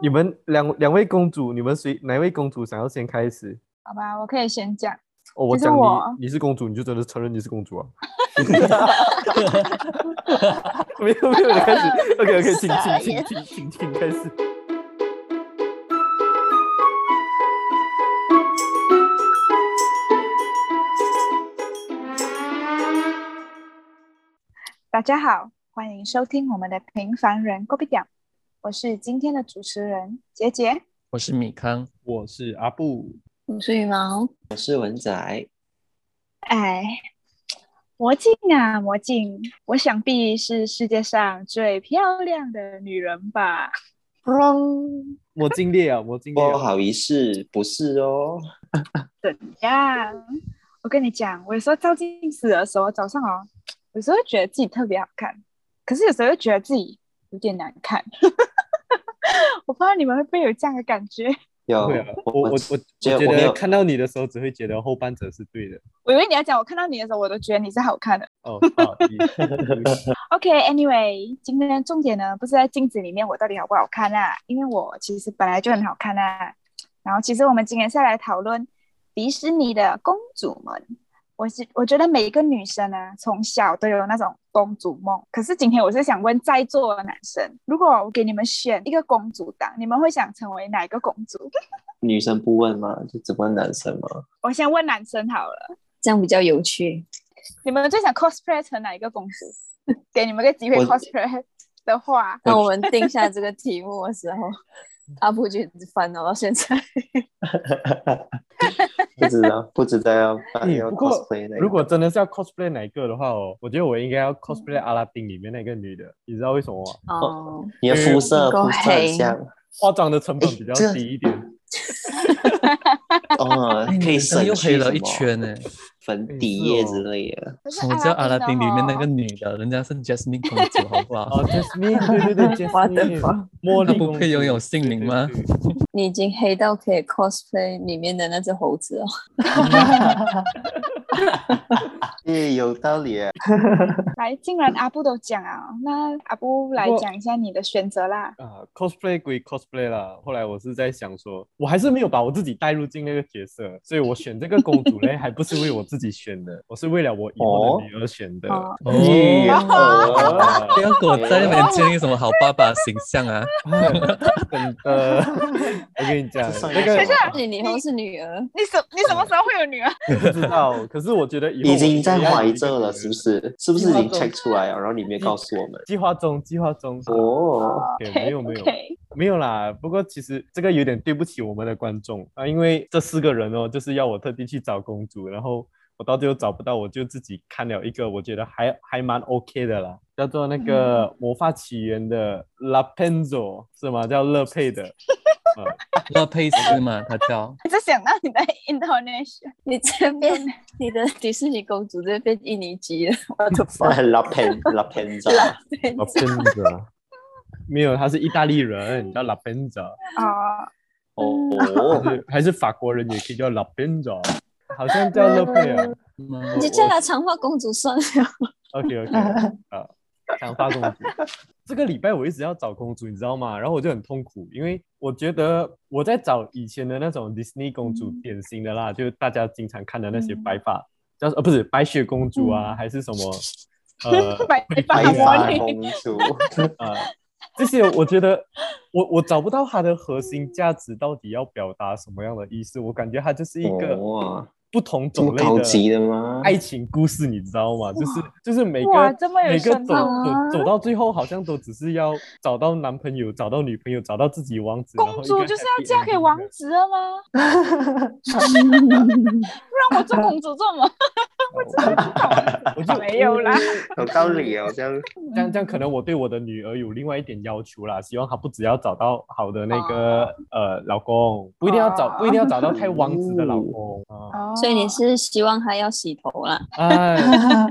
你们两两位公主，你们谁哪位公主想要先开始？好吧，我可以先讲。哦，我其实讲我你，你是公主，你就真的承认你是公主啊？没有没有，开始，OK OK，请傻请眼请请请请开始。大家好，欢迎收听我们的《平凡人 g o b i 我是今天的主持人杰杰。我是米康，我是阿布，我是羽毛，我是文仔，哎，魔镜啊，魔镜，我想必是世界上最漂亮的女人吧？我尽力啊，我尽力不啊。哦好意思，不是哦，怎样？我跟你讲，我有时候照镜子的时候，早上哦，有时候会觉得自己特别好看，可是有时候又觉得自己有点难看。 我不知道你们会不会有这样的感觉？有对啊，我我我我觉觉我没得有看到你的时候，只会觉得后半者是对的。我以为你要讲，我看到你的时候，我都觉得你是好看的。哦，好， 你 OK，Anyway，、今天的重点呢，不是在镜子里面我到底好不好看啊？因为我其实本来就很好看啊。然后，其实我们今天下来讨论迪士尼的公主们。我是我觉得每一个女生呢、啊从小都有那种公主梦。可是今天我是想问在座的男生，如果我给你们选一个公主档，你们会想成为哪一个公主？女生不问吗？就只问男生 吗？我先问男生好了，这样比较有趣。你们最想 cosplay 成哪一个公主？ 给你们个机会我 cosplay 的话，那我们定下这个题目的 时候，阿布就一直烦恼到现在。不知道，不知道要扮嗯要不过 cosplay 那个。如果真的是要 cosplay 哪一个的话哦，我觉得我应该要 cosplay 阿拉丁里面那个女的，你知道为什么吗？哦，你的肤色不够肤色很黑像化妆的成本诶比较哎这低一点， 哦，哎可以省又去黑了什一么圈呢。粉底液之类哎哦的。可是我叫阿拉丁的里面那哦个女的，人家是 Jasmine 公主，好不好？哦，Jasmine，对对对 What the ，Jasmine， fuck？茉她莉不公配主拥有姓名吗？对对对你已经黑到可以 cosplay 里面的那只猴子哦。也有道理啊，来，竟然阿布都讲啊，那阿布来不过讲一下你的选择啦。啊，cosplay 归 cosplay 啦。后来我是在想说，我还是没有把我自己带入进那个角色，所以我选这个公主嘞，还不是为我自己选的，我是为了我以后的女儿选的。哦，哦，女儿啊不要给我在那边建立什么好爸爸形象啊！真的，呃我跟你讲，这那个算什么那 你以后是女儿，你什呃你什么时候会有女儿？不知道，可是我觉得以后已经在怀着着了，是不？是？是不是已经 check 出来了？然后你没告诉我们？计划中，计划中。哦， 对没有没有 OK，没有啦，不过其实这个有点对不起我们的观众啊，因为这四个人哦，就是要我特地去找公主，然后我到最后找不到，我就自己看了一个我觉得还还蛮 OK 的啦，叫做那个《魔法起源》的 Rapunzel 是吗？叫乐佩的，要配饰嘛，她叫我就想到你的 intonation。你这边 你的迪士尼公主这边印尼 籍了，我的妈！拉偏拉 偏渣，啊 Rapunzel 没有，他是意大利人，叫 Rapunzel。哦， 哦，还是还是法国人也可以叫 La p e n z a 好像叫勒佩啊尔。是吗？你就叫她长发公主 算了。 OK OK，啊，长发公主。这个礼拜我一直要找公主，你知道吗？然后我就很痛苦，因为我觉得我在找以前的那种 Disney 公主，嗯典型的啦，就是大家经常看的那些嗯白发，叫呃不是白雪公主啊，还是什么 呃白白发魔发女。公 主，啊，这些我觉得我我找不到它的核心价值到底要表达什么样的意思，我感觉它就是一个哇，不同这么种类高的哎级的吗？爱情故事，你知道吗？就是就是每哇，个这么有每个深走度。走走到最后，好像都只是要找到男朋友、找到女朋友、找到自己王子。然后公一主个就是 happy 要嫁给 ending 王的子了吗？让我做公主做吗？ 我就 没有啦。有道理哦，这样这样这样，啊可能我对我的女儿有另外一点要求啦，希望她不只要找到好的那个、哦呃老公，不一定要找、不一定要找到太王子的老公啊。 哦所以你是希望她要洗头啦？ 哎，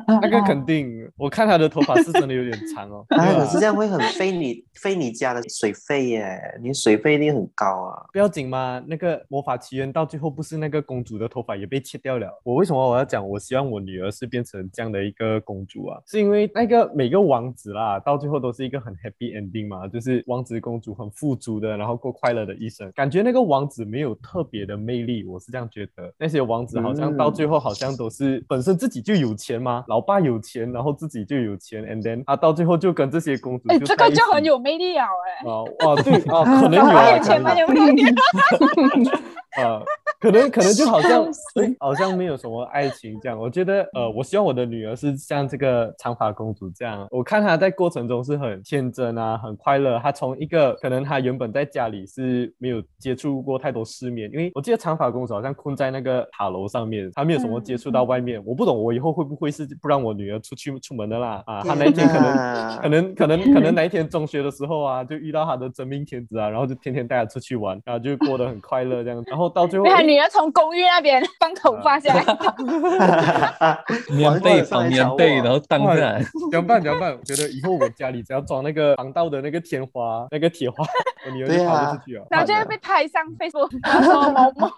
那个肯定，我看她的头发是真的有点长 哦。哎，对啊可是这样会很费你费你家的水费耶，你水费一定很高啊。不要紧嘛，那个魔法奇缘到最后不是那个公主的头发也被切掉了。我为什么我要讲？我希望我女儿是变成这样的一个公主啊，是因为那个每个王子啦，到最后都是一个很 happy ending 嘛，就是王子公主很富足的，然后过快乐的一生。感觉那个王子没有特别的魅力，我是这样觉得。那些王子好像到最后好像都是本身自己就有钱嘛，老爸有钱，然后自己就有钱，and then 他到最后就跟这些公主哎，就这在个一就起很有魅力啊！哎，啊哇对啊， 可能有啊老爸可有钱能有蛮有魅力的，呃，可能可能就好像笑死好像没有什么爱情这样。我觉得呃，我希望我的女儿是像这个长发公主这样，我看她在过程中是很天真啊，很快乐。她从一个可能她原本在家里是没有接触过太多世面，因为我记得长发公主好像困在那个塔楼上面，她没有什嗯么接触到外面。我不懂我以后会不会是不让我女儿出去出门的啦啊，她那一天可能。可能能可能可能哪一天中学的时候啊，就遇到他的真命天子啊，然后就天天带他出去玩，然后就过得很快乐这样，然后到最后哎被他女儿从公寓那边放头 发下来，棉被绑棉被，然后荡下来，凉拌凉拌，我觉得以后我家里只要装那个防盗的那个天花那个铁花， 我女儿就对跑啊不出去了。然后就会被拍上 Facebook，然后说某某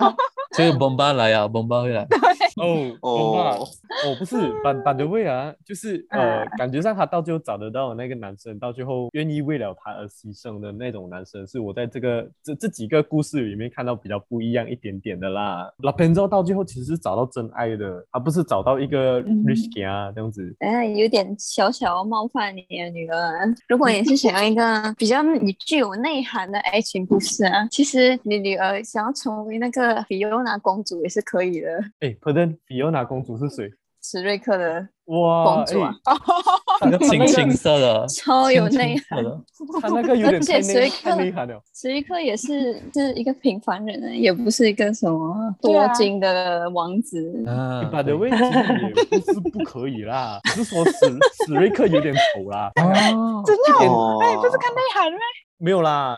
所以 bomba 来啊，bomba 会来， 哦哦，哦，不是，板板的位啊，就是呃，感觉上他到最后找得到的那个男生，到最后愿意为了他而牺牲的那种男生，是我在这个这这几个故事里面看到比较不一样一点点的啦。老彭州到最后其实是找到真爱的，他不是找到一个嗯 rich guy 啊这样子。哎，有点小小冒犯你的女儿。如果你是想要一 个比较你具有内涵的爱情故事啊，其实你女儿想要成为那个菲欧娜公主也是可以的。哎，Pardon，菲欧娜公主是谁？史瑞克的 哇，公主啊哦哎那个青青色的，超有内青涵，青色的，他那个 有点而且太谁内太看内涵了。史瑞克也是是一个平凡人啊，也不是一个什么对多啊金的王子。嗯啊，把的位置也不是不可以啦，只是说史史瑞克有点丑啦。哦，真的好， 哦，哎，不是看内涵吗？没有啦，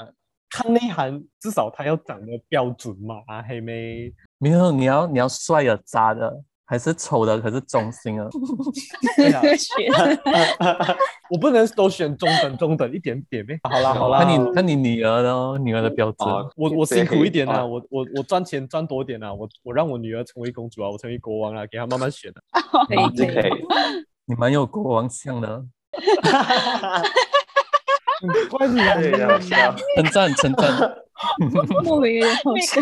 看内涵，至少他要长得标准嘛，啊黑妹。没有，你要你要帅的、渣的，还是丑的，可是中性的，对啊嗯啦 学我不能都选中等中等一点点呗。好啦好啦，看你看你女儿的哦，女儿的标准，哦我我辛苦一点啊，对我我我赚钱赚多点啊，我我让我女儿成为公主啊，我成为国王啊，给她慢慢选啊。可以这可可以，以。你蛮有国王相的，很怪你啊，对啊，是啊称赞称赞，莫名有点好笑。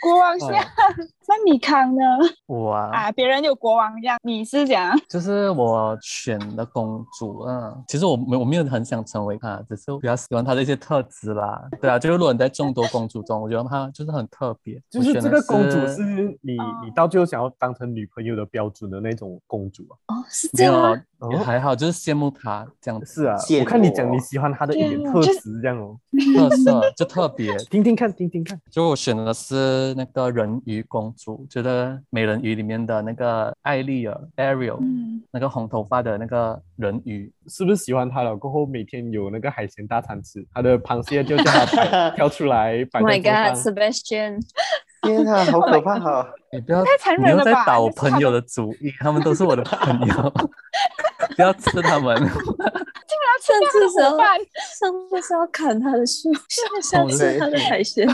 国王像，那你康呢？我啊，啊，别人有国王样，你是讲就是我选的公主啊，其实我没我没有很想成为她，只是我比较喜欢她的一些特质啦。对啊，就是如果你在众多公主中，我觉得她就是很特别，就我是选这的个公主是你哦你到最后想要当成女朋友的标准的那种公主啊。哦，是这没样有也吗？还好，就是羡慕她这样的是啊，见我看你讲我你喜欢她的一点对啊特就质这样哦，特色，就特别。听听看，听听看。就我选的是那个人鱼公主，觉得美人鱼里面的那个艾丽尔 Ariel，、嗯，那个红头发的那个人鱼，是不是喜欢他了？过后每天有那个海鲜大餐吃，他的螃蟹就叫他 摆挑出来摆 Oh 在 my 桌 God, 上。 Sebastian！天啊，好可怕啊！你不要太残你忍又了在吧？打我这是朋友的主意，他们都是我的朋友， 不要吃他们。甚至是他的伙要，伴 甚至是要砍他的树， 甚至是他的 海鲜。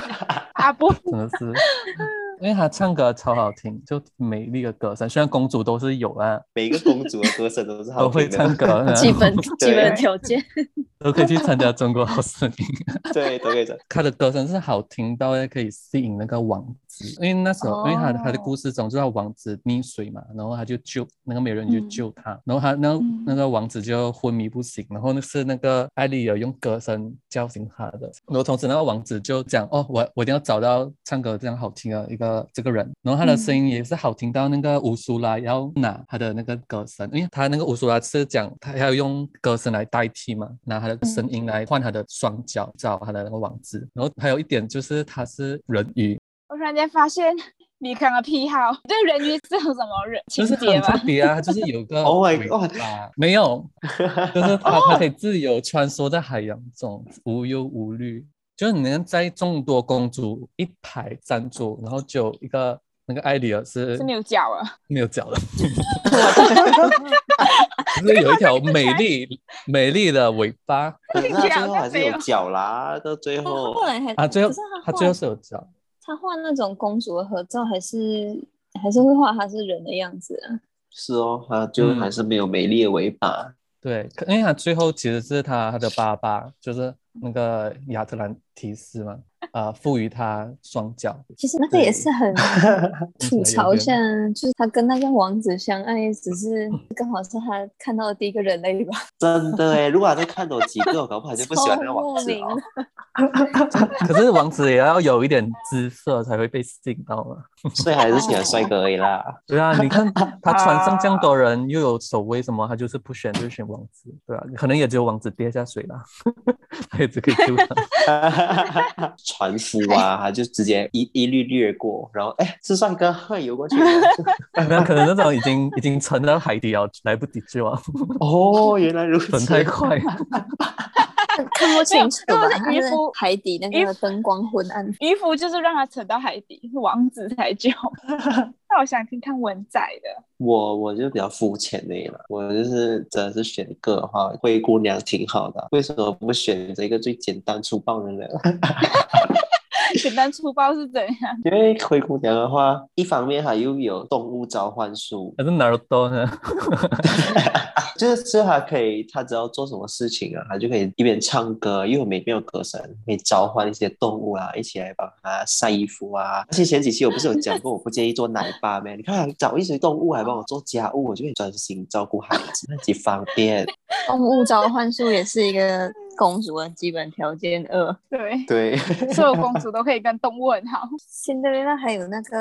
啊不，真的是， 因为她唱歌超好听，就美丽的歌声。虽然公主都是有啊，每个公主的歌声都是 好都会听唱的，歌啊，基本基本对条 件，都可以去参加中国好声音。 对，都可以唱。她的歌声是好听到可以吸引那个王子，因为那时候，因为她她哦的故事中知道王子溺水嘛，然后她就救那个美人鱼就嗯救她，然后她那嗯那个王子就昏迷不醒，然后那是那个艾丽尔用歌声叫醒他的，然后同时那个王子就讲哦，我我一定要找到唱歌这样好听的一个这个人，然后他的声音嗯也是好听到那个乌苏拉要拿他的那个歌声，因为他那个乌苏拉是讲他要用歌声来代替嘛，拿他的声音来换他的双脚找他的那个王子，然后还有一点就是他是人鱼，我突然间发现米康的癖好对人鱼是有什么人情就是节很吗特？别啊，就是 有个 Oh my 尾 God 巴啊没有，就是它它可以自由穿梭在海洋中，无忧无虑。就是你能在众多公主一排站住，然后只有一个那个艾丽尔是 是没有脚啊，没有脚的，因为有一条美丽美丽的尾巴 可是他最后还是没有有脚啦，到最他后后来还啊，最后哎可是它他最后画是有脚，他画那种公主的合照，还是还是会画他是人的样子啊。是哦，他最后还是没有美丽的尾巴。 对，可因为它最后其实是它它的爸爸，就是那个亚特兰提斯嘛，啊、赋予它双脚，其实那个也是很 吐槽一有下，就是他跟那个王子相爱，只是刚好是他看到的第一个人类吧，真的哎，如果他再看多几个，我搞不好就不喜欢那个王子超莫了名。 可是王子也要有一点姿色才会被吸引到嘛。所以还是喜欢帅哥而已 啦。对啊，你看他船上这样多人，又有守卫什么，他就是不选，就是选王子，对啊，可能也只有王子跌下水了， 他也只可以救他。船夫啊，他就直接一一律略过，然后哎是帅哥，快游过去 了。那可能那种已经已经沉到海底了，来不及救啊，哦，原来如此，等太快。 看不清楚没有如果吧？是渔夫他海底那个灯光昏暗，渔夫就是让他沉到海底，王子才救。那我想听看文仔的，我我就比较肤浅那一了，我就是真的是选一个的话，灰姑娘挺好的，为什么不选择一个最简单粗暴的呢？ 简单粗暴是怎样？因为灰姑娘的话，一方面她又有动物召唤术，可是哪儿多呢？就是就是她可以，她只要做什么事情啊，她就可以一边唱歌，又有美妙歌声，可以召唤一些动物啊，一起来帮她晒衣服啊。而且前几期我不是有讲过，我不建议做奶爸咩？你看找一些动物来帮我做家务，我就可以专心照顾孩子，那几方便。动物召唤术也是一个公主的基本条件呃二。对，对，所有公主都可以跟动物很好。辛德瑞拉还有那个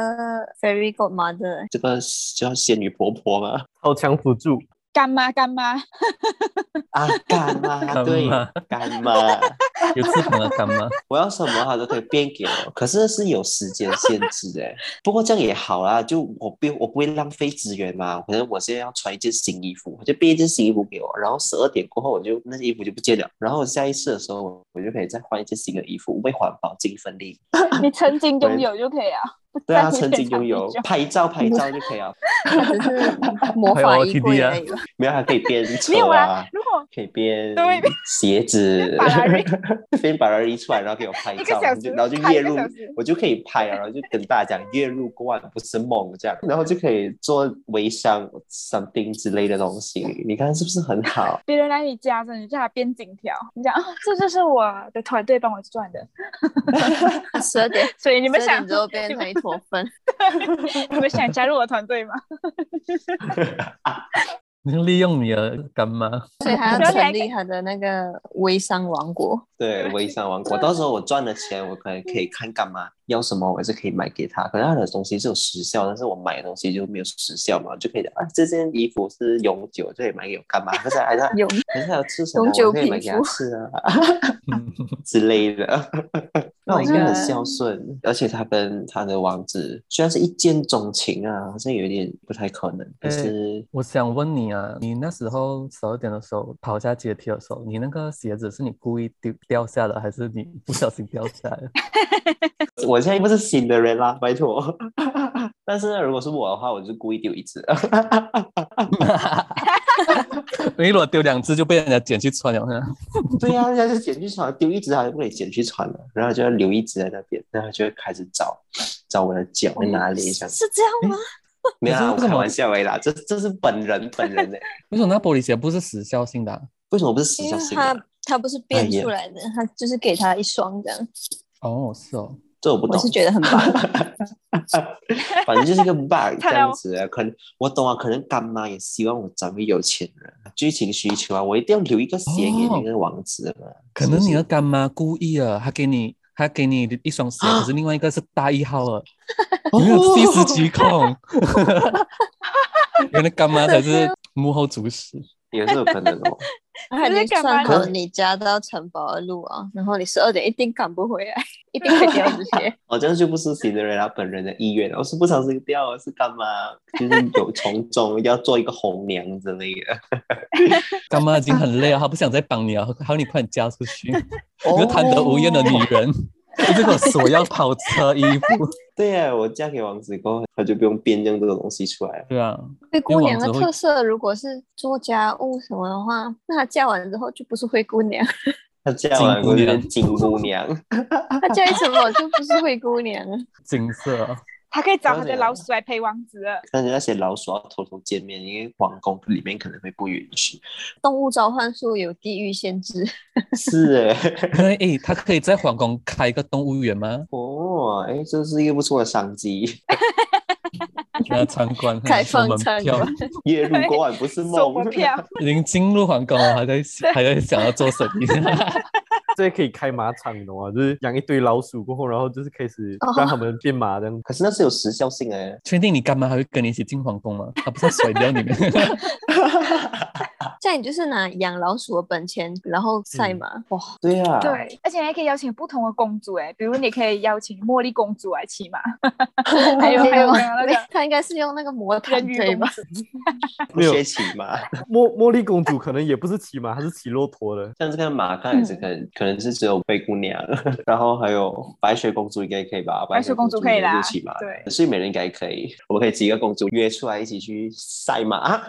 Fairy Godmother，这个叫仙女婆婆吗？超强辅助，干妈，干妈，啊，干妈，对，干干妈，有翅膀的干嘛？我要什么她都可以变给我，可是是有时间限制哎。不过这样也好啦，就我不我不会浪费资源嘛。可能我现在要穿一件新衣服，我就变一件新衣服给我，然后十二点过后我就那件衣服就不见了，然后下一次的时候我我就可以再换一件新的衣服，为环保尽一份 力。你曾经拥有就可以了。不对啊，在乎曾经现场拥有比较拍 照拍照就可以了，她只是魔法衣柜啊而已吧。没有还可以变车 没有啊啦，。如果可以变对鞋子变法拉利， 变把人一出来，然后给我拍一个照，小然后时就然后就拍一月个入小时我就可以拍啊，然后就跟大家讲月入过万不是梦这样，然后就可以做微商 something 之类的东西，你看是不是很好？别人来你家的时候，你叫他编金条，你讲啊，这就是我的团队帮我赚的，十二点，所以你你们想之后变成一坨 粪。你们想加入我团队吗？你就利用你的干妈，所以他要成立他的那个微商王国。对，微商王国，到时候我赚了钱，我可能可以看干嘛要什么，我也是可以买给他。可是他的东西是有时效，但是我买的东西就没有时效嘛，就可以讲啊，这件衣服是永久，就可以买给我干嘛？可是还是永可是还有吃什么，永久我可以皮买给他肤吃啊。嗯之类的。那我 Oh my 觉得很 God 孝顺，而且他跟他的王子虽然是一见钟情啊，好像有点不太可能，可是我想问你啊，你那时候十二点的时候跑下阶梯的时候，你那个鞋子是你故意丢掉下的，还是你不小心掉下来的？我现在不是新的人啦，拜托。 但是呢，如果是我的话，我就故意丢一只。你如果丢两只就被人家捡去穿了，嗯对呀、人家是捡去穿，丢一只还不可以捡去穿了，然后就要留一只在那边，然后就会开始找 找我的脚在哪里，想是这样吗？没有啦，啊我可是为什开么玩笑而已啦，这这是本人本人 的、为什么那玻璃鞋不是时效性的啊、为什么不是时因效为性的？他他不是变出来哎的，他就是给他一双这样。哦，是哦，这我不我懂。是觉得很棒。反正就是一 个 bug 看这来样我子啊，可能我懂啊，可能干妈也希望我成为有钱人，剧情需求啊，我一定要留一个鞋给那个王子嘛。哦可能你要的干妈故意啊，她给你她给你一双鞋，可是另外一个是大一号啊，有没哦有细思极 恐？原来干妈才是幕后主使，也 是有可能哦。他还得算可好你家到城堡的路啊，然后你十二点一定赶不回 来，一定会掉这些。哦，这样就不是 Cinderella 本人的意愿了，我是不尝试掉啊，是干嘛？就是有从中要做一个红娘之类的。干妈已经很累了，她不想再帮你了，还要你快点嫁出去，你哦个贪得无厌的女人，一直跟我说要跑车衣服， 对呀、我嫁给王子过后，他就不用辩证这个东西出来了。对啊，灰姑娘的因为王子会特色如果是做家务什么的话，那她嫁完之后就不是灰姑娘，他嫁完金姑过后娘变金姑娘， 她嫁一什么就不是灰姑娘了。 金色他可以找他了解的老鼠来陪王子了。但是那些老鼠要偷偷见面，因为皇宫里面可能会不允许。 动物召唤术有地域限制，是哎，因为诶，他可以在皇宫开一个动物园吗？ 哦，哎，这是一个不错的商机，那参观开放门参票观，月入过万 不是送梦门。票， 已经进入皇宫了，还 在还在想要做生 意。这可以开马场，你懂吗？就是养一堆老鼠过后，然后就是开始哦让他们变马这样。 可是那是有时效性哎，确定你干妈还会跟你一起进皇宫吗？啊他不是要甩掉你 们？这样你就是拿养老鼠的本钱，然后赛嗯马。哇，对呀、啊，，对，而且你还可以邀请不同的公主，哎，比如你可以邀请茉莉公主来骑马， 还有还有刚刚那个他应该是用那个魔毯人鱼对公吧？主， 不没有学骑马，茉茉莉公主可能也不是骑马，她是骑骆驼的。像这个马嗯刚才是可能、可能是只有灰姑娘， 然后还有白雪公主应该可以吧？白雪公主主可以啦也是骑马，对睡美人应该可以。我们可以几个公主约出来一起去赛马。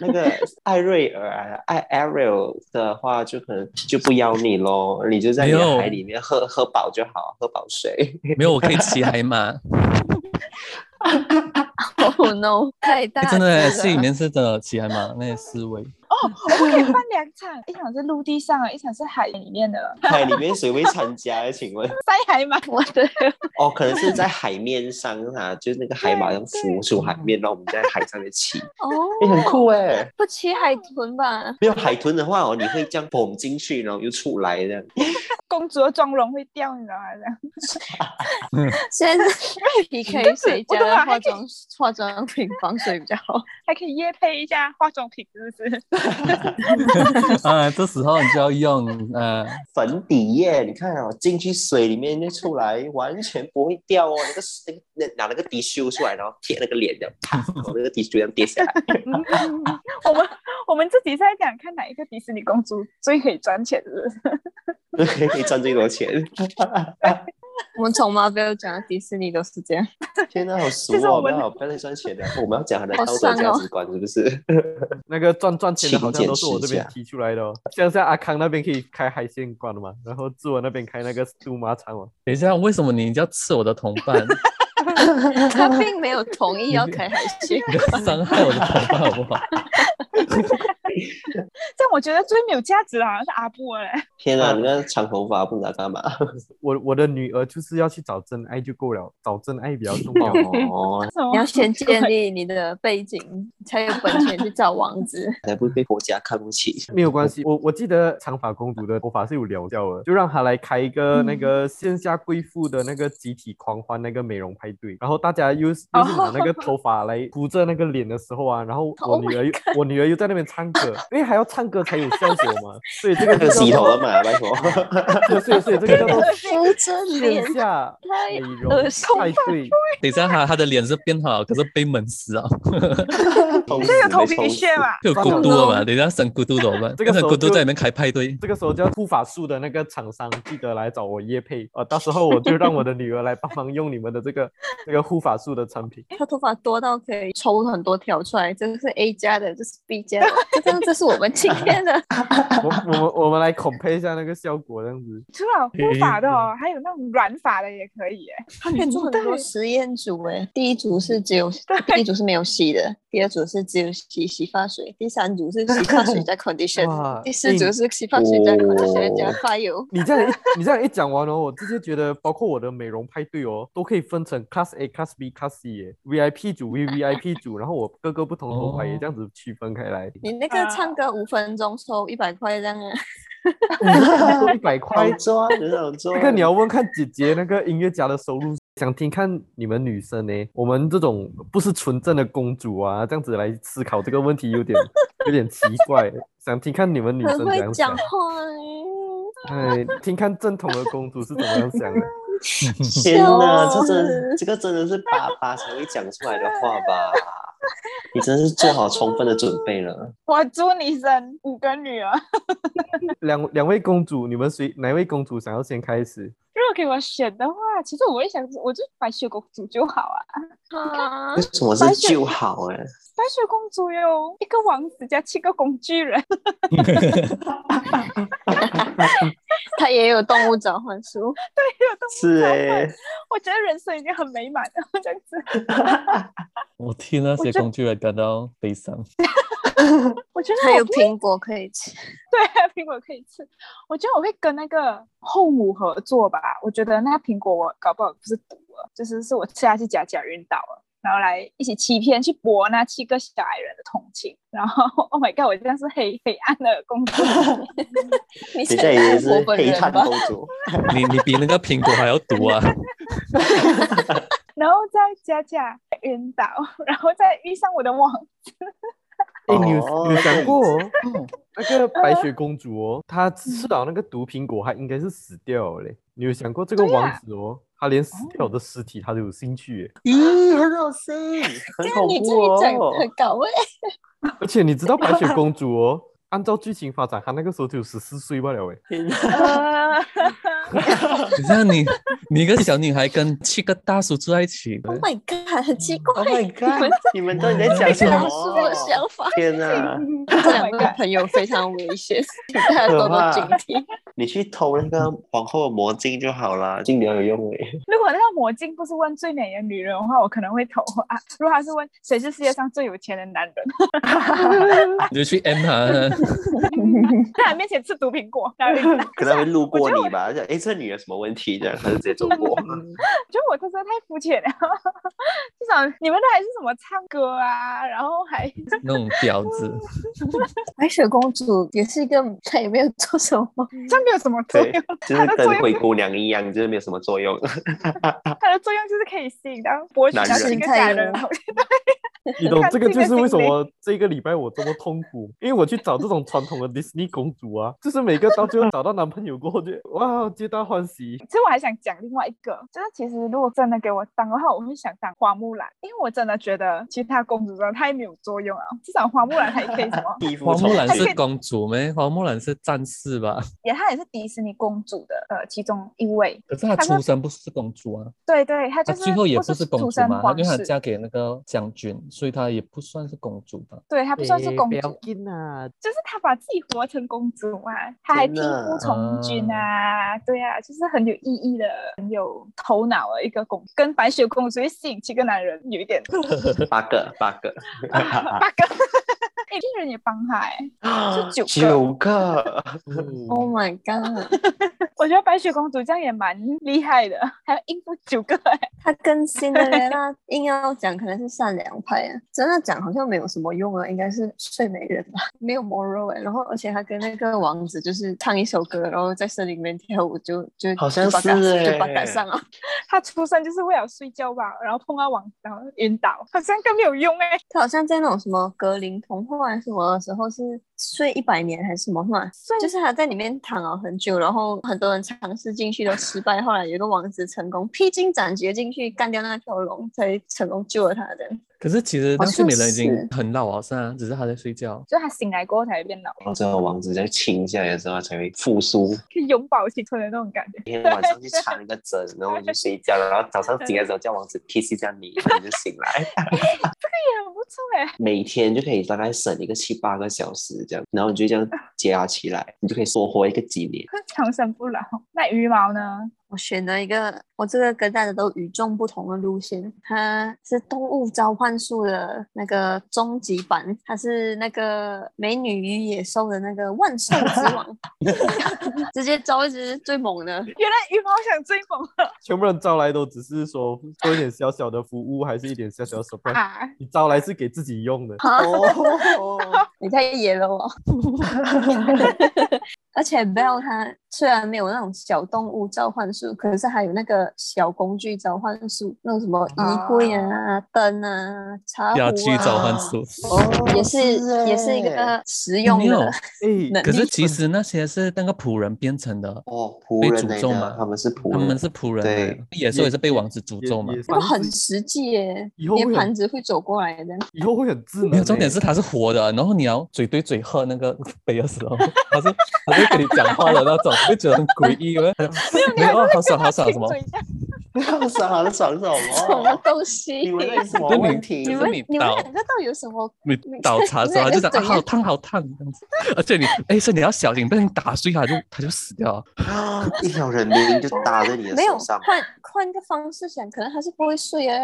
那个艾瑞尔啊，艾艾瑞尔的话，就可能就不邀你喽，你就在你没的有海里面喝喝饱就好，喝饱水。没有，我可以骑海 马。哦 no，太大诶哎真的耶，只了戏里面是真的骑海马那些思维。我们可以办两场，一场是陆地上的，一场是海里面的， 海里面谁会参加？啊请问？塞海马。我 的哦，可能是在海面上啊，就是那个海马上浮出海面，然后我们在海上面骑，哎、很哦，酷哎、欸不骑海豚吧？没有海豚的话哦，你会这样蹦进去，然后又出来这样。公主的妆容会掉，你知道吗？这样现在 是 PK 谁家我懂的了化妆化妆品防水比较好？ 还可以夜配一下化妆品，是不是？啊，这时候你就要用呃，粉底液，你看哦，进去水里面就出来，完全不会掉哦。那个那个那拿那个滴修出来，然后贴那个脸这样，啪，然后那个滴修这样跌下来。 我们我们自己在讲看哪一个迪士尼公主最可以赚钱，是不是？可以赚最多钱，我们从马 l 讲到迪士尼都是 这样，天哪，好俗其实哦！我不们要不要再赚钱了，我们要讲他的好道德伤价哦 值观是不是？那个赚赚钱的好像都是勤俭我这边持家提出来的哦，像像阿康那边可以开海鲜馆的嘛，然后志文那边开那个杜马场哦。等一下，为什么你要刺我的同伴？他并没有同意要开海鲜。你不要伤害我的同伴好不 好？这样我觉得最没有价值的好像是阿布欸嘞。天哪，你那长头发不知道干嘛？我我的女儿就是要去找真爱就够了，找真爱比较重要。哦，什么你要 先建立你的背景，才有本钱去找王子。才不会被国家看不起。没有关系，我我记得长发公主的头发是有疗效的，就让她来开一个嗯那个线下贵妇的那个集体狂欢那个美容派对，然后大家又是又是拿那个头发来敷着那个脸的时候啊，然后我 Oh 女儿又、我女儿又在那边唱歌，因为还要唱歌才有效果嘛，所以这个就这个叫洗头做，了嘛，拜 托。 所以所以这个 叫做敷着 线下美太容恶心派对。等一下，他他的脸是变好，可是被闷死啊，你你这有头皮屑？ 嘛？就有孤独了嘛？等一下生孤独怎么办？这个变时成候孤独就在里面开 派对， 这个时候叫护发素的那个厂商记得来找我叶配，呃，到时候我就让我的女儿来帮忙用你们的这个这个护发素的产品。他头发多到可以抽很多条出来，这个是 A 加的，这是 B 加的，这这是我们今天的。我我们我们来 compare 一下那个效果，这样子。除了护发的哦，还有那种染发的也可以耶。他可以做很多实验组诶，第一组是只有第一组是没有洗的，第二组是只有洗洗发水，第三组是洗发水加 condition，哇第四组是洗发水加哎 condition 加哦发油。你这样一你这样一讲完哦，我直接觉得，包括我的美容派对哦，都可以分成 Class A、Class B、Class C 耶，VIP 组、VVIP 组，然后我各个不同头哦发也这样子区分开来， 你那个唱歌五分钟收一百块这样啊？一百块哦好。抓，很好抓。这个你要问看姐姐那个音乐家的收入，想听看你们女生呢，我们这种不是纯正的公主啊，这样子来思考这个问题有点 有点奇怪，想听看你们女生很怎会样讲想话，哎，哎，听看正统的公主是怎么样想的。天哪，笑这死真这个真的是爸爸才会讲出来的话吧？ 你真是做好充分的准备了。我祝你生五个女儿。两两位公主，你们谁哪位公主想要先开始？如果给我选的话，其实我也想，我就白雪公主就好啊。啊为，什么是白雪就好哎、白雪公主有一个王子加七个工具人， 他也有动物召唤术，是哎、我觉得人生已经很美满了，这样子。我啊替那些觉得工具人感到悲伤。我觉得 还我有不苹果可以吃。 对，啊苹果可以吃。我觉得我会跟那个后母合作吧。我觉得那苹果我搞不好不是毒了，就是是我吃下去假假晕倒了，然后来一起欺骗去博那七个小矮人的同情。然后，Oh my god，我这样是黑黑暗的工作。 你你这已经我是本黑人炭吧公？ 主，你你比那个苹果还要毒啊！然后再假假晕倒，然后再遇上我的网哎，你有哦你有想过哦哦那个白雪公主哦，她吃了那个毒苹果，她应该是死掉了嘞。你有想过这个对王啊子哦，他连死掉的尸体他都有兴趣耶。咦，很恶心，很恐怖哦。搞，Oh 味。而且你知 道白雪公主哦，按照剧情发展，她那个时候只有十四岁罢了哎。天哪呃，你看你你一个小女孩跟七个大叔住在一起， Oh my god，很奇怪 Oh，my god！你们到底在讲什这么哦老？师的想法。天哪！ 这 Oh 两 my 位 god 朋友非常危 险，请大家多多警惕。你去偷那个皇后的魔镜就好啦，镜疗有用欸 诶。 如果那个魔镜不是问最美的女人的话，我可能会投啊。如果他是问谁是世界上最有钱的男人，你就去 M 他，在他面前吃毒苹果，然后晕倒可能会路过你吧，就哎，这女人什么问题？ 这样他就直接走过。觉得我真的太肤浅了， 至少你们那还是什么唱歌啊，然后还 那种婊子。白雪公主也是一个，她也没有做什么。嗯这样没有什么作对用，，就是跟灰姑娘一样，就是没有什么作用。它的作用就是可以吸引到博取到男人，七个假人太口。你懂看这个这就个是为什心理么这个礼拜我这么痛苦，因为我去找这种传统的迪士尼公主啊，就是每个到最后找到男朋友过后就哇皆大欢喜。其实我还想讲另外一个，就是其实如果真的给我当的话，我会想当花木兰，因为我真的觉得其他公主真的太没有作用了，至少花木兰她也可以什么衣服花木兰重是新公主咩？花木兰是战士吧？ 也她也是迪士尼公主的呃其中一位，可是她她是出身不是公主啊，对对，她就她是最后也不不是公出主身嘛，皇因为她室嫁给那个将军，所以她也不算是公主吧。对她不算是诶公不要主，紧啊，就是她把自己活成公主嘛，她还天替哪父从军啊，对啊，就是很有意义的、很有头脑的一个公，跟白雪公主去吸引七个男人有一点八个八个，八个，哎、一人也帮她、欸， 是九九个， Oh my god，我觉得白雪公主这样也蛮厉害的，还要应付九个、欸，她跟辛德雷拉啊硬要讲，可能是善良派啊。真的讲好像没有什么用啊，应该是睡美人吧，没有 moral 哎、然后而且她跟那个王子就是唱一首歌，然后在森林里面跳舞就，就好像就把赶是欸就把赶上啊。她出生就是为了睡觉吧，然后碰到王，然后晕倒，好像更没有用哎、她好像在那种什么格林童话还是什么的时候是睡一百年还是什么嘛，所以就是他在里面躺了很久，然后很多人尝试进去都失败，后来有一个王子成功披荆斩棘进去干掉那条龙，才成功救了他的。可是其实好那睡像美人已经是很老啊，是啊，只是她在睡觉。就她醒来过后才会变老，然后最后王子再亲下来之后才会复苏。去永葆青春的那种感觉。哎每天晚上去缠一个针，然后你就睡觉，然后早上醒来的时候叫王子 kiss 一下你，然后你就醒来。也很不错哎、每天就可以大概省一个七八个小时这样，然后你就这样加起来，你就可以多活一个几年。长生不老。那羽毛呢？我选了一个，我这个跟大家都与众不同的路线，它是动物召唤术的那个终极版，它是那个美女与野兽的那个万兽之 王，直接招一只最猛的，原来羽毛想追梦全部人招来都只是说做一点小小的服务，还是一点小小的 surprise。啊！你招来是给自己用的，哦，你太野 了哦！而且 Bell 它虽然没有那种小动物召唤术，可是还有那个小工具召唤术，那种什么衣柜啊、灯啊、茶壶啊，家具召唤术。哦也是欸也是一个实用没有的。哎，能可是力其实那些是那个仆人变成的，哦，仆人被来诅咒的嘛，他们是仆他人，们 是仆人来的，野兽嗯也是被王子诅也咒嘛也。那繁个很殖实际耶，以后会连很盘子会走过来的，以后会很智能欸。 没有，重点是它是活的，然后你要嘴对嘴喝那个杯的时候，它是它是会跟你讲话的那种，就觉得很诡异。我就没有啊，好爽好爽什么？好爽好爽什什么么？东西？你们那有什么那你问题？你就是们你你们倒两个到底有什么？你倒茶之后就想啊好烫好烫这样子， 而且你哎，所以你要小心，不然你打碎它就它就死掉了。啊，一条人命就搭在你的没有手上换，换个方式想，可能他是不会睡啊。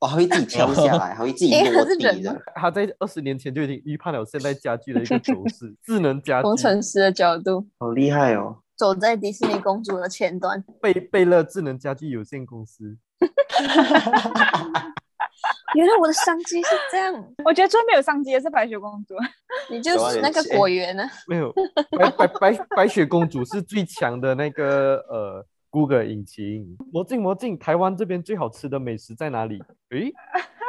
哦，还会自己跳下来，还会自己因哎为它落是地人的吗。他在二十年前就已经预判了现代家居的一个走势，智能家工居程师的角度，好厉害哦！走在迪士尼公主的前端。贝贝乐智能家居有限公司。原来我的商机是这样，我觉得最没有商机的是白雪公主， 你就是那个果园啊呢、没有，白白白白雪公主是最强的那个呃 Google 引擎。魔镜魔镜，台湾这边最好吃的美食在哪里？诶，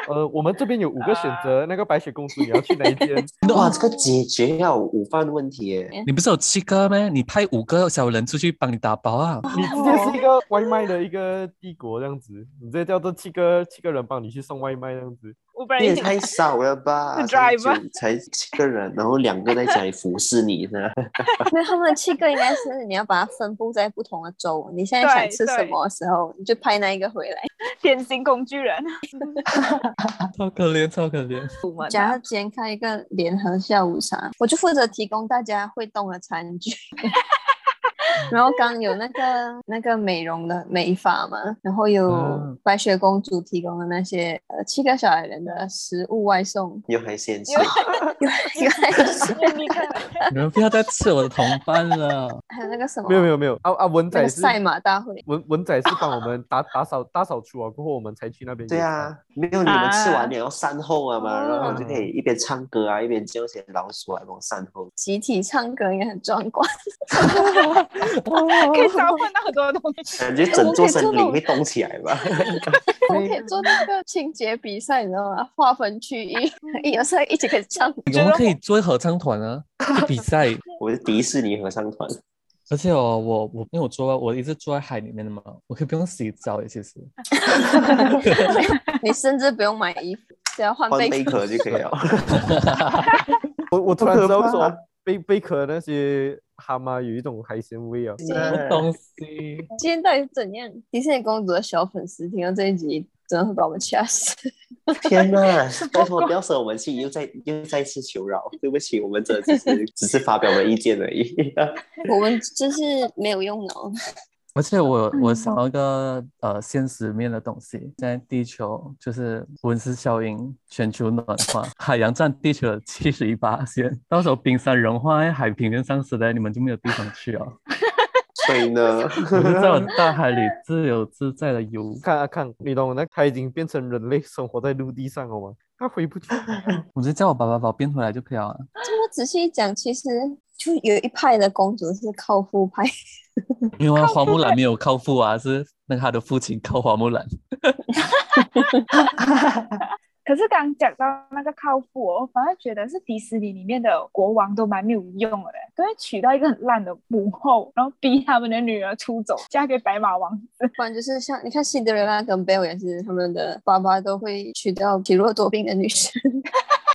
呃，我们这边有五个选择，那个白雪公主你要去哪一间？哇，这个解决了午饭问题耶！哎你不是有七个咩？你派五个小人出去帮你打包啊？你直接是一个外卖的一个帝国这样子，你直接叫这七个七个人帮你去送外卖这样子。我本你人一也起太少 了吧是，才 driver 九才七个人，然后两个在家里服侍你呢。 没有，他们的七个应该是你要把它分布在不同的州。你现在想吃什么的时候，你就派那一个回来。典型工具人。 超可怜，超可怜。啊假啊 如今天开一个联合下午茶，我就负责提供大家会动的餐具。 然后刚有那个那个美容的美发嘛，然后有嗯白雪公主提供的那些呃七个小矮人的食物外送， 又还嫌弃因，为有还有你看，你们不要再吃我的同伴了。 还有那个什么没有没有没有，啊啊文那仔个是赛马大会，文文仔是帮我们打打扫打扫除啊，过后我们才去那边。对啊，，没有你们吃啊完了要善后啊嘛，然后嗯就可哦以一边唱歌啊，一边叫些老鼠啊，那种善后。集体唱歌也很壮观。哦 可以召唤到很多东西。感哎觉整座森林会动起来吧？ 我 可以做那个清洁比赛，你知道吗？划分区域， 一二三，一起开始 唱。我们可以做合唱团啊，去比赛。我是迪士尼合唱 团，而且哦，我我因为我住在我一直住在海里面的嘛，我可以不用洗澡耶，其实。你甚至不用买衣服，只要换换被贝子。壳就可以了。我我突然好可知道为什怕么贝贝壳那些蛤蟆有一种海鲜味 啊。什么东西？今天到底是怎样？迪士尼公主的小粉丝听到这一集，真的会把我们掐死。 天呐，拜托不要生我们气，又再又再次求饶，对不起，我们这只是只是发表了意见而已。 我们就是没有用脑，而且我我想要一个呃现实面的东西，现在地球就是温室效应、全球暖化，海洋占地球的七十一八线，到时候冰山融化，哎海平面上升了，你们就没有地方去哦。所 以呢，我就在我的大海里自由自在的游，看啊看，你懂那他已经变成人类，生活在陆地上了吗？他回不去。 我就叫我爸爸把我变回来就可以了啊。这么仔细一讲，其实就有一派的公主是靠父派，因为花木兰没有靠父啊，是那他的父亲靠花木兰。 可是刚讲到那个靠父哦，我反而觉得是迪士尼里面的国王都蛮没有用的，都会娶到一个很烂的母后，然后逼他们的女儿出走，嫁给白马王。不然就是像你看辛德瑞拉跟贝尔也是，他们的爸爸都会娶到体弱多病的女生。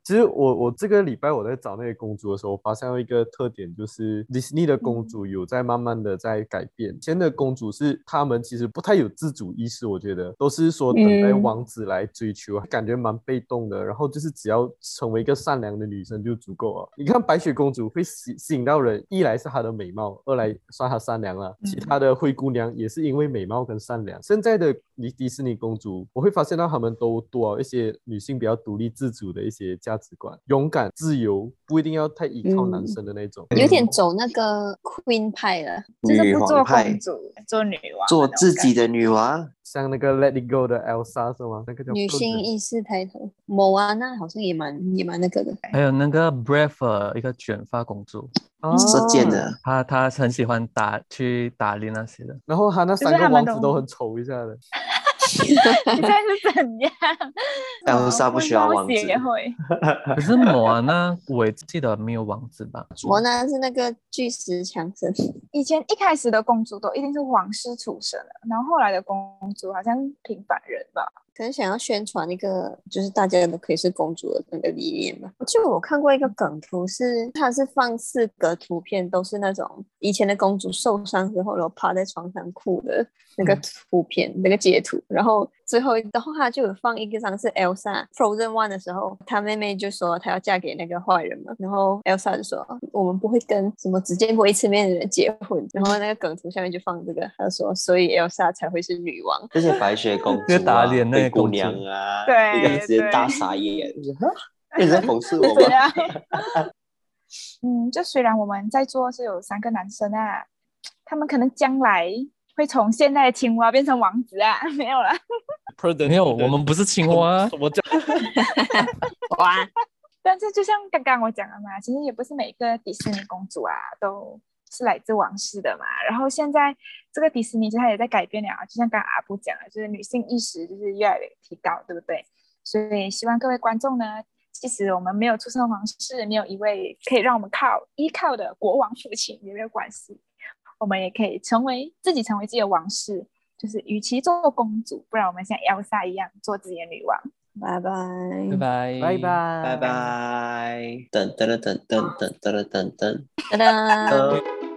其实我我这个礼拜我在找那个公主的时候，我发现到一个特点，就是迪士尼的公主有在慢慢的在改变。以前的公主是她们其实不太有自主意识，我觉得都是说等待嗯王子来追求，啊感觉蛮被动的。然后就是只要成为一个善良的女生就足够了。啊你看白雪公主会吸吸引到人，一来是她的美貌，二来算她善良了。其嗯他的灰姑娘也是因为美貌跟善良。现在的迪迪士尼公主，我会发现到她们都多了一些女性比较独立自主的一些价值观，勇敢、自由，不一定要太依靠男嗯生的那种。 有点走那个 Queen 派了，就是女不做皇派公主，做女王，做自己。的女王，像那个《Let It Go》的 Elsa 是吗？那个叫女豆性子意识抬头。某啊，那好像也蛮也蛮那个的。还有那个 Brave 一个卷发公主，哦啊射箭的，她她很喜欢打去打猎那些的。 然后她那是三个她们王子都都很丑一下的。 你现在是怎样？ Elsa 不需要王子会冒险会可是莫安娜，我也记得没有王子吧？我呢是那个巨石强森，以前一开始的公主都一定是皇室出身的，然后后来的公主好像平凡人吧。可能想要宣传一个就是大家都可以是公主的那个理念吧。我记得我看过一个梗图是，它是放四个图片，都是那种以前的公主受伤之后，然后趴在床上哭的那个图片、那个截图。然后最后，然后他就有放一个张是 Elsa Frozen One 的时候，她妹妹就说她要嫁给那个坏人嘛，然后 Elsa 就说我们不会跟什么只见过一次面的人结婚。然后那个梗图下面就放这个，他说所以 Elsa 才会是女王。这些白雪公主、越啊、打脸那灰些姑公主娘啊，对一个直接对大傻 眼，就是哈你在讽刺我对吗？啊， 嗯，就虽然我们在座是有三个男生啊，他们可能将来会从现在的青蛙变成王子啊， 没有啦。没有，我们不是青蛙 啊什，么叫哇，但是就像刚刚我讲的嘛，其实也不是每个迪士尼公主啊都是来自王室的嘛。然后现在这个迪士尼其实它也在改变了啊，就像刚刚阿布讲的，就是女性意识就是越来越提高，对不对？所以希望各位观众呢，即使我们没有出生皇室，没有一位可以让我们靠依靠的国王父亲也没有关系，我们也可以成为自己成为自己的王室。就是与其做公主，不然我们像 Elsa 一样做自己的女王。拜拜，拜拜，拜拜， 拜。拜，噔噔噔噔噔噔噔噔噔。啊拜拜。